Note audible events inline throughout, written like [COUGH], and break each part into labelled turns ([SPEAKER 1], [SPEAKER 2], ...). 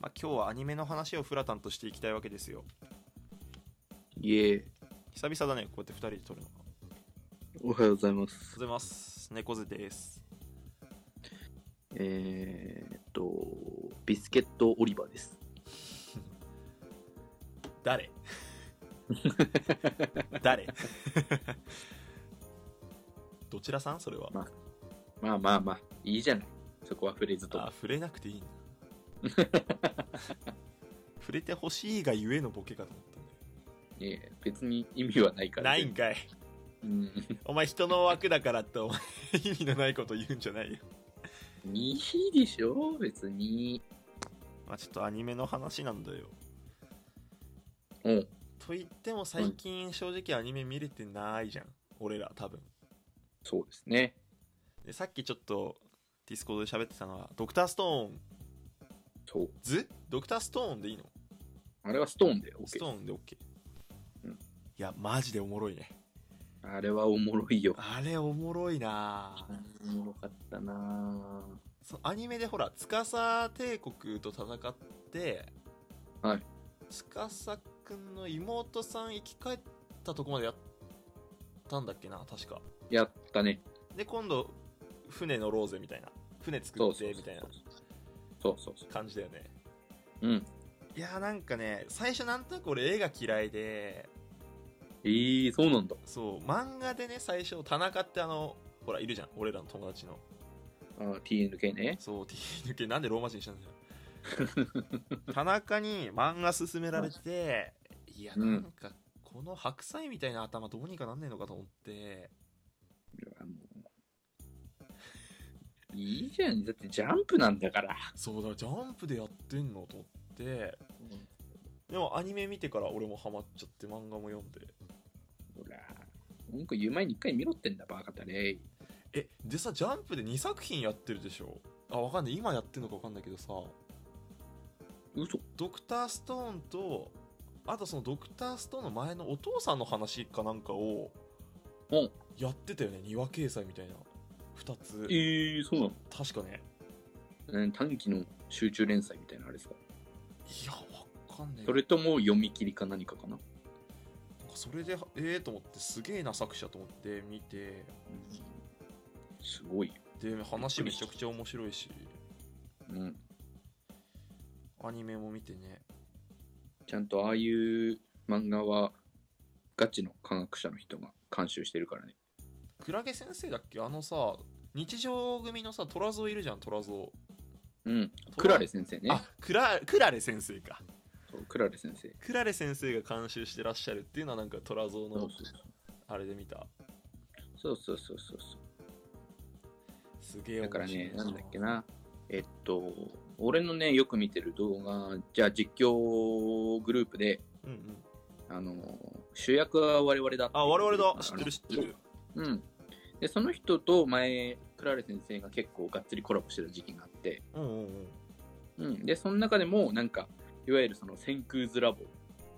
[SPEAKER 1] まあ、今日はアニメの話をフラタンとしていきたいわけですよ
[SPEAKER 2] いえ、
[SPEAKER 1] 久々だねこうやって2人で撮るのがおはよ
[SPEAKER 2] おはようございます
[SPEAKER 1] う。ございます猫背です
[SPEAKER 2] えー、っと、ビスケットオリバーです。
[SPEAKER 1] 誰 [LAUGHS] 誰 [LAUGHS] どちらさんそれは
[SPEAKER 2] ままあまあまあ、いいじゃない。そこは触れずとも
[SPEAKER 1] あ。触れなくていいんだ [LAUGHS] 触れてほしいがゆえのボケかと思ったんだよ
[SPEAKER 2] いえ、別に意味はないから。
[SPEAKER 1] ないんかい
[SPEAKER 2] うん。
[SPEAKER 1] お前人の枠だからってお前意味のないこと言うんじゃないよ
[SPEAKER 2] いいでしょ別に。
[SPEAKER 1] まあちょっとアニメの話なんだよ
[SPEAKER 2] うん。
[SPEAKER 1] と言っても最近正直アニメ見れてないじゃん、俺ら多分
[SPEAKER 2] そうですね。
[SPEAKER 1] でさっきちょっとディスコードで喋ってたのはドクターストーン
[SPEAKER 2] そう。
[SPEAKER 1] ズドクターストーンでいいの
[SPEAKER 2] あれはストーンで OK。
[SPEAKER 1] ストーンで OK、
[SPEAKER 2] うん
[SPEAKER 1] いやマジでおもろいね
[SPEAKER 2] あれはおもろいよ。
[SPEAKER 1] あれおもろいなぁ
[SPEAKER 2] おもろかったなぁ
[SPEAKER 1] そのアニメでほら司帝国と戦って
[SPEAKER 2] はい
[SPEAKER 1] 司くんの妹さん生き返ったとこまでやったんだっけな確か
[SPEAKER 2] やったね。
[SPEAKER 1] で今度船乗ろうぜみたいな船作
[SPEAKER 2] そう
[SPEAKER 1] っ
[SPEAKER 2] そ
[SPEAKER 1] て
[SPEAKER 2] うそう
[SPEAKER 1] みたいな
[SPEAKER 2] そうそうそ
[SPEAKER 1] 感じだよね
[SPEAKER 2] う。うん。
[SPEAKER 1] いやーなんかね最初なんとなく俺絵が嫌いで
[SPEAKER 2] えー、そうなんだ。
[SPEAKER 1] そう漫画でね最初田中ってあのほらいるじゃん俺らの友達の
[SPEAKER 2] あ TNK ね。
[SPEAKER 1] そう T 抜けなんでローマ字にしたん [LAUGHS] だよ田中に漫画勧められていや
[SPEAKER 2] う
[SPEAKER 1] なんんかこの白菜みたいな頭どうにかなんねえのかと思って
[SPEAKER 2] いやもういいじゃん。だってジャンプなんだから。
[SPEAKER 1] そうだジャンプでやってんのと思ってでもアニメ見てから俺もハマっちゃって漫画も読んで
[SPEAKER 2] ほら、文句言う前に一回見ろってんだ、バカだね。
[SPEAKER 1] えでさジャンプで2作品やってるでしょあわかんない今やってんのかわかんないけどさ
[SPEAKER 2] 嘘。
[SPEAKER 1] ドクターストーンとあとそのドクターストーンの前のお父さんの話かなんかを
[SPEAKER 2] うん
[SPEAKER 1] やってたよね庭掲載みたいな2つ
[SPEAKER 2] えー、そうなの、
[SPEAKER 1] 確かね
[SPEAKER 2] うん短期の集中連載みたいなあれさ。
[SPEAKER 1] いやわかんねえ
[SPEAKER 2] それとも読み切りか何かかな。
[SPEAKER 1] なんかそれでええと思ってすげえな作者と思って見て
[SPEAKER 2] すごいよ。
[SPEAKER 1] で話めちゃくちゃ面白いし
[SPEAKER 2] うん。
[SPEAKER 1] アニメも見てね
[SPEAKER 2] ちゃんとああいう漫画は、ガチの科学者の人が監修してるからね。
[SPEAKER 1] クラゲ先生だっけあのさ日常組のさトラゾウいるじゃんトラゾ
[SPEAKER 2] うん。クラレ先生
[SPEAKER 1] ウ、
[SPEAKER 2] ね
[SPEAKER 1] あ。クラクラレ先生か
[SPEAKER 2] そうクラレ先生。
[SPEAKER 1] クラレ先生が監修してらっしゃるっていうのはなんかトラゾウ
[SPEAKER 2] そ
[SPEAKER 1] の
[SPEAKER 2] う
[SPEAKER 1] あれで見た
[SPEAKER 2] そうそうそうそうそう。
[SPEAKER 1] すげえ
[SPEAKER 2] だから
[SPEAKER 1] 面、
[SPEAKER 2] ね
[SPEAKER 1] 白
[SPEAKER 2] ないんだっけな、えっと、俺のね、よく見てる動画、じゃあ実況グループで、
[SPEAKER 1] うんうん
[SPEAKER 2] あの、主役は我々だっていう
[SPEAKER 1] あ我々だ知ってる知って。る
[SPEAKER 2] うん。で、その人と前、クラレ先生が結構がっつりコラボしてた時期があって、
[SPEAKER 1] うんうんうん
[SPEAKER 2] うん。で、その中でも、なんか、いわゆるその、千空ズラボ、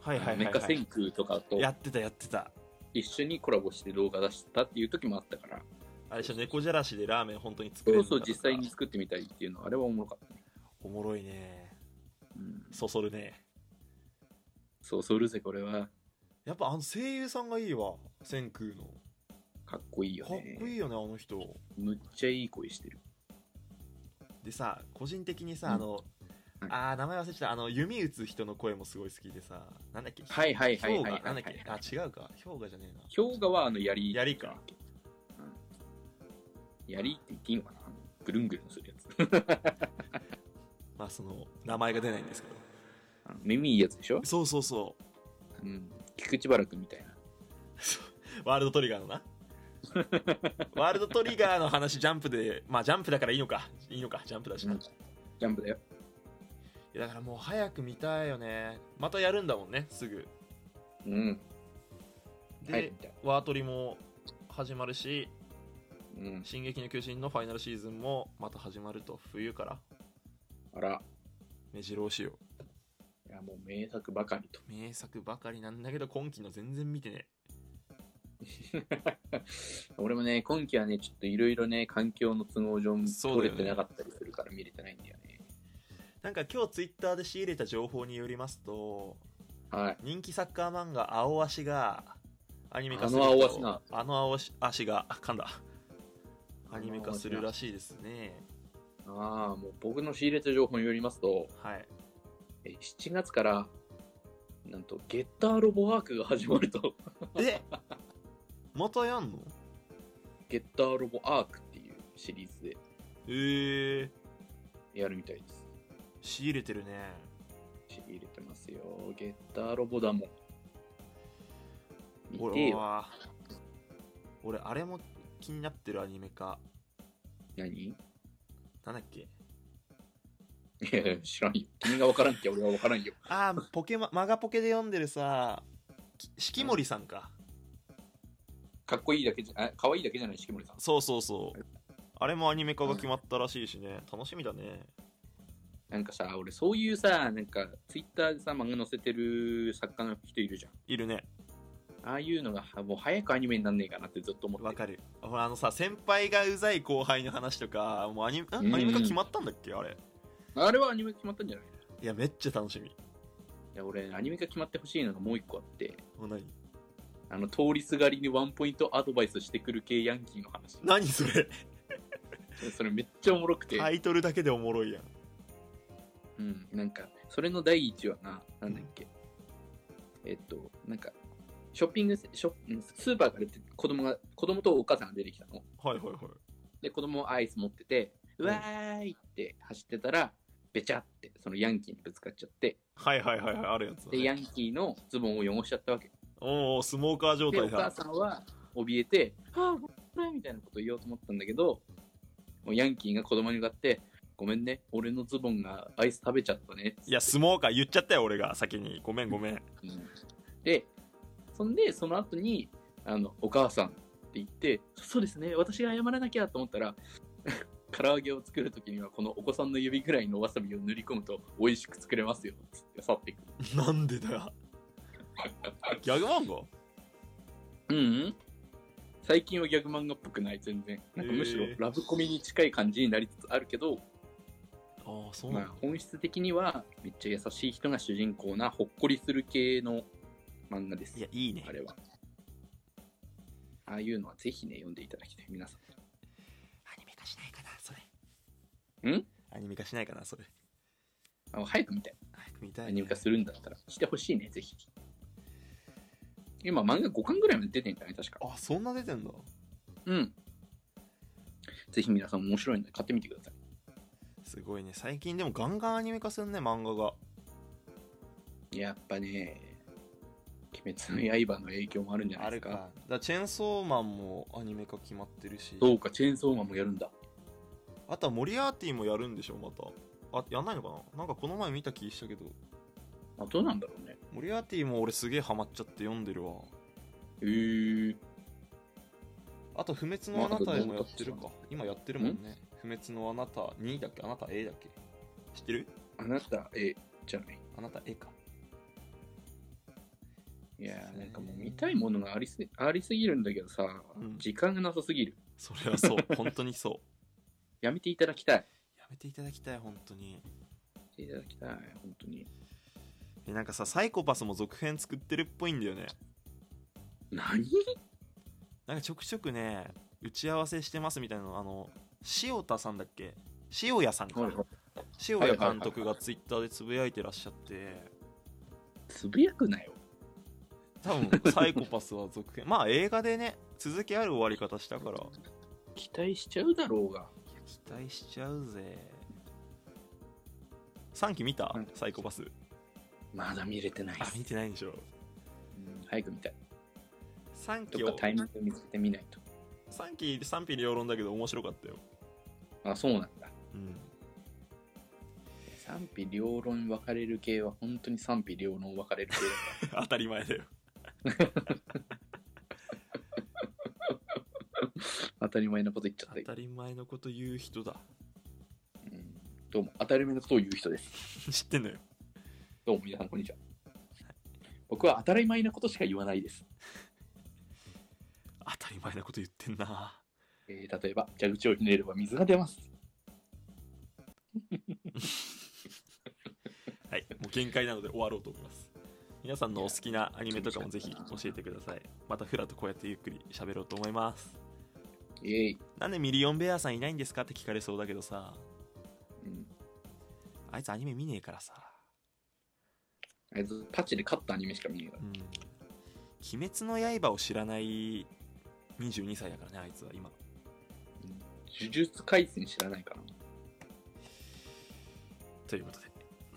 [SPEAKER 1] はいはいはい、はい、
[SPEAKER 2] メカ千空とかと
[SPEAKER 1] やってたやってた
[SPEAKER 2] 一緒にコラボして動画出してたっていう時もあったから、
[SPEAKER 1] あれでしょ猫じゃらしでラーメン本当に作
[SPEAKER 2] そ
[SPEAKER 1] れる
[SPEAKER 2] うん
[SPEAKER 1] だと
[SPEAKER 2] そう
[SPEAKER 1] か
[SPEAKER 2] 実際に作ってみたりっていうのは、あれはおもろかったね。
[SPEAKER 1] おもろいね
[SPEAKER 2] うん。
[SPEAKER 1] そそるね
[SPEAKER 2] そう、そうるぜ、これは。
[SPEAKER 1] やっぱあの声優さんがいいわ千空の
[SPEAKER 2] かっこいいよ
[SPEAKER 1] かっ
[SPEAKER 2] ね。
[SPEAKER 1] こいいよねあの人
[SPEAKER 2] むっちゃいい声してる。
[SPEAKER 1] でさ個人的にさ、
[SPEAKER 2] うん
[SPEAKER 1] あの
[SPEAKER 2] はい
[SPEAKER 1] あー名前忘れてたあの弓打つ人の声もすごい好きでさなんだっけ
[SPEAKER 2] はいはいはいはい
[SPEAKER 1] 氷
[SPEAKER 2] はい
[SPEAKER 1] 河
[SPEAKER 2] はい。
[SPEAKER 1] なんだっけあ違うか氷河じゃねえな
[SPEAKER 2] 氷河はあの槍。
[SPEAKER 1] 槍か。
[SPEAKER 2] うん。槍って言っていいのかなあのぐるんぐるんするやつ。
[SPEAKER 1] まあその名前が出ないんですけど
[SPEAKER 2] あの耳いいやつでしょ
[SPEAKER 1] そうそうそ
[SPEAKER 2] うん。菊池原くんみたいな。
[SPEAKER 1] うワールドトリガーの
[SPEAKER 2] [LAUGHS]
[SPEAKER 1] なワールドトリガーの話ジャンプでまあジャンプだからいいのかいいのかジャンプだしな、
[SPEAKER 2] うん
[SPEAKER 1] い
[SPEAKER 2] ジャンプだよ。
[SPEAKER 1] やだからもう早く見たいよねまたやるんだもんねすぐ
[SPEAKER 2] うん。
[SPEAKER 1] で、
[SPEAKER 2] はいみたい
[SPEAKER 1] ワートリも始まるし
[SPEAKER 2] う
[SPEAKER 1] 「
[SPEAKER 2] ん。
[SPEAKER 1] 進撃の巨人」のファイナルシーズンもまた始まると冬から
[SPEAKER 2] あら。
[SPEAKER 1] 目白押しよ
[SPEAKER 2] いやもう名作ばかりと。
[SPEAKER 1] 名作ばかりなんだけど今期の全然見てね
[SPEAKER 2] 俺もね、今期はね、ちょっといろいろね、環境の都合上、
[SPEAKER 1] そうだ
[SPEAKER 2] 取
[SPEAKER 1] よ
[SPEAKER 2] れ
[SPEAKER 1] ね
[SPEAKER 2] てなかったりするから見れてないんだよね。
[SPEAKER 1] なんか今日ツイッターで仕入れた情報によりますと
[SPEAKER 2] はい。
[SPEAKER 1] 人気サッカー漫画「青足」がアニメ化する
[SPEAKER 2] あの青足が
[SPEAKER 1] あの青足があ噛んだアニメ化するらしいですね
[SPEAKER 2] ああ、もう僕の仕入れた情報によりますと、
[SPEAKER 1] はい
[SPEAKER 2] えー7月から、なんと、ゲッターロボワークが始まると、
[SPEAKER 1] え
[SPEAKER 2] [LAUGHS]
[SPEAKER 1] またやんの
[SPEAKER 2] ゲッターロボアークっていうシリーズで
[SPEAKER 1] ええ
[SPEAKER 2] やるみたいです。
[SPEAKER 1] 仕入れてるね
[SPEAKER 2] 仕入れてますよ。ゲッターロボだもん。見て
[SPEAKER 1] 俺
[SPEAKER 2] よ。
[SPEAKER 1] は俺あれも気になってるアニメ化
[SPEAKER 2] 何 [LAUGHS] い
[SPEAKER 1] なんだっけ
[SPEAKER 2] やいや、知らんよ。君がわからんきゃ俺はわからんよ。
[SPEAKER 1] あーポケママガポケで読んでるさき四季森さんか
[SPEAKER 2] かっこいいだけじゃ、あ、かわいいだけじゃない、しきもりさん。
[SPEAKER 1] そうそうそうあれもアニメ化が決まったらしいしね楽しみだね
[SPEAKER 2] なんかさ、俺そういうさ、なんか、ツイッターでさ、漫画載せてる作家の人いるじゃん。
[SPEAKER 1] いるね
[SPEAKER 2] ああいうのが、はもう早くアニメになんねえかなってずっと思って
[SPEAKER 1] わかるほらあのさ先輩がうざい後輩の話とかもうアニメんアニメ化決まったんだっけあれ
[SPEAKER 2] あれはアニメ決まったんじゃない
[SPEAKER 1] いやめっちゃ楽しみ
[SPEAKER 2] いや、俺、アニメが決まってほしいのがもう一個あって、
[SPEAKER 1] もう何
[SPEAKER 2] あの、通りすがりにワンポイントアドバイスしてくる系ヤンキーの話。
[SPEAKER 1] 何それ
[SPEAKER 2] それめっちゃおもろくて。
[SPEAKER 1] タイトルだけでおもろいやん
[SPEAKER 2] うん、なんか、それの第1話が、なんだっけ。えっと、なんか、ショッピングセ、ショッうんスーパーから出て子供が、子供とお母さんが出てきたの。
[SPEAKER 1] はいはいはい
[SPEAKER 2] で、子供はアイス持ってて、うわーいって走ってたら、べちゃって、そのヤンキーにぶつかっちゃって、
[SPEAKER 1] はいはいはいはいあるやつだね、
[SPEAKER 2] で、ヤンキーのズボンを汚しちゃったわけ。
[SPEAKER 1] おおスモーカー状
[SPEAKER 2] で、お
[SPEAKER 1] 態
[SPEAKER 2] 母
[SPEAKER 1] だ
[SPEAKER 2] さんは怯えて、ああ、ごめんねみたいなことを言おうと思ったんだけど、もうヤンキーが子供に向かって、ごめんね、俺のズボンがアイス食べちゃったね。
[SPEAKER 1] いやスモーカー言っちゃったよ俺が先にごめんごめん [LAUGHS]
[SPEAKER 2] うんで、そんで、その後に、あの、お母さんって言って、そうですね、私が謝らなきゃと思ったら、 [LAUGHS] 唐揚げを作るときには、このお子さんの指ぐらいのわさびを塗り込むと、美味しく作れますよ、つって去っていく。
[SPEAKER 1] なんでだよギャグ漫画
[SPEAKER 2] うん、うん、最近はギャグ漫画っぽくない、全然。なんかむしろ
[SPEAKER 1] へー
[SPEAKER 2] ラブコメに近い感じになりつつあるけど、
[SPEAKER 1] ああそう
[SPEAKER 2] ま
[SPEAKER 1] な
[SPEAKER 2] あ
[SPEAKER 1] の、
[SPEAKER 2] 本質的には、めっちゃ優しい人が主人公な、ほっこりする系の漫画です
[SPEAKER 1] い。やいいね
[SPEAKER 2] あれは。ああいうのはぜひね、読んでいただきたい、皆さん。
[SPEAKER 1] アニメ化しないかなそれ
[SPEAKER 2] ん
[SPEAKER 1] アニメ化しないかなそれ
[SPEAKER 2] あ早く見たい。
[SPEAKER 1] 早く見たい、
[SPEAKER 2] アニメ化するんだったら。してほしいね、ぜひ。今、漫画5巻ぐらいまで出てんじゃない確か。
[SPEAKER 1] あそんな出てんだ
[SPEAKER 2] うん。ぜひ皆さん面白いので買ってみてください。
[SPEAKER 1] すごいね最近でもガンガンアニメ化するね漫画が
[SPEAKER 2] やっぱね、鬼滅の刃の影響もあるんじゃない
[SPEAKER 1] あ
[SPEAKER 2] で
[SPEAKER 1] れ
[SPEAKER 2] すか。
[SPEAKER 1] かだからチェーンソーマンもアニメ化決まってるし
[SPEAKER 2] そうか、チェーンソーマンもやるんだ。
[SPEAKER 1] あとはモリアーティもやるんでしょまたあやんないのかななんかこの前見た気したけど
[SPEAKER 2] あ、どうなんだろうね。
[SPEAKER 1] モリアーティも俺すげえハマっちゃって読んでるわ
[SPEAKER 2] へー。
[SPEAKER 1] あと不滅のあなたへもやってるか今やってるもんね不滅のあなた2だっけあなた A だっけ知ってる
[SPEAKER 2] あなた、え、じゃない。
[SPEAKER 1] あなた A か
[SPEAKER 2] いやーなんかもう見たいものがありすありすぎるんだけどさ、
[SPEAKER 1] うん
[SPEAKER 2] 時間がなさすぎる。
[SPEAKER 1] それはそう [LAUGHS] 本当にそう
[SPEAKER 2] やめていただきたい。
[SPEAKER 1] やめていただきたい本当に
[SPEAKER 2] やめていただきたい、本当に。
[SPEAKER 1] えなんかさサイコパスも続編作ってるっぽいんだよね
[SPEAKER 2] 何
[SPEAKER 1] なんかちょくちょくね打ち合わせしてますみたいなのあの塩田さんだっけ塩谷さんか塩谷監督がツイッターでつぶやいてらっしゃって
[SPEAKER 2] つぶやくなよ。
[SPEAKER 1] 多分サイコパスは続編まあ映画でね続きある終わり方したからい
[SPEAKER 2] 期待しちゃうだろうが。
[SPEAKER 1] や期待しちゃうぜ3期見た
[SPEAKER 2] うん
[SPEAKER 1] サイコパス
[SPEAKER 2] まだ見れてないっ
[SPEAKER 1] あ
[SPEAKER 2] す
[SPEAKER 1] 見てないんでしょ
[SPEAKER 2] うん早く見たい。
[SPEAKER 1] 3期
[SPEAKER 2] どっ
[SPEAKER 1] を
[SPEAKER 2] かタイミング見つけてみないと。
[SPEAKER 1] 3期賛否両論だけど面白かったよ
[SPEAKER 2] あ、そうなんだ。 [LAUGHS]
[SPEAKER 1] うん
[SPEAKER 2] 賛否両論分かれる系は本当に賛否両論分かれる
[SPEAKER 1] [LAUGHS]
[SPEAKER 2] 系だか
[SPEAKER 1] 当たり前だよ
[SPEAKER 2] ら当たり前のこと言っちゃった
[SPEAKER 1] 当たり前のこと言う人だ
[SPEAKER 2] うんどうも、当たり前のことを言う人です。
[SPEAKER 1] 知ってんのよ
[SPEAKER 2] どうも皆さん、こんにちは。僕は当たり前のことしか言わないです。
[SPEAKER 1] 当たり前なこと言ってんな
[SPEAKER 2] えー例えば、蛇口をひねれば水が出ます。
[SPEAKER 1] 限界なので終わろうと思います皆さんのお好きなアニメとかもぜひ教えてくださいまたフラとこうやってゆっくり喋ろうと思います
[SPEAKER 2] イエイ、
[SPEAKER 1] なんでミリオンベアさんいないんですかって聞かれそうだけどさ
[SPEAKER 2] うん、
[SPEAKER 1] あいつアニメ見ねえからさ
[SPEAKER 2] あいつパチで勝ったアニメしか見えない
[SPEAKER 1] うん鬼滅の刃を知らない22歳だからねあいつは今
[SPEAKER 2] 呪術廻戦知らないかな
[SPEAKER 1] ということで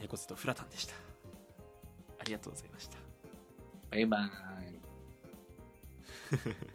[SPEAKER 1] 猫背とフラタンでしたありがとうございました
[SPEAKER 2] バイバーイ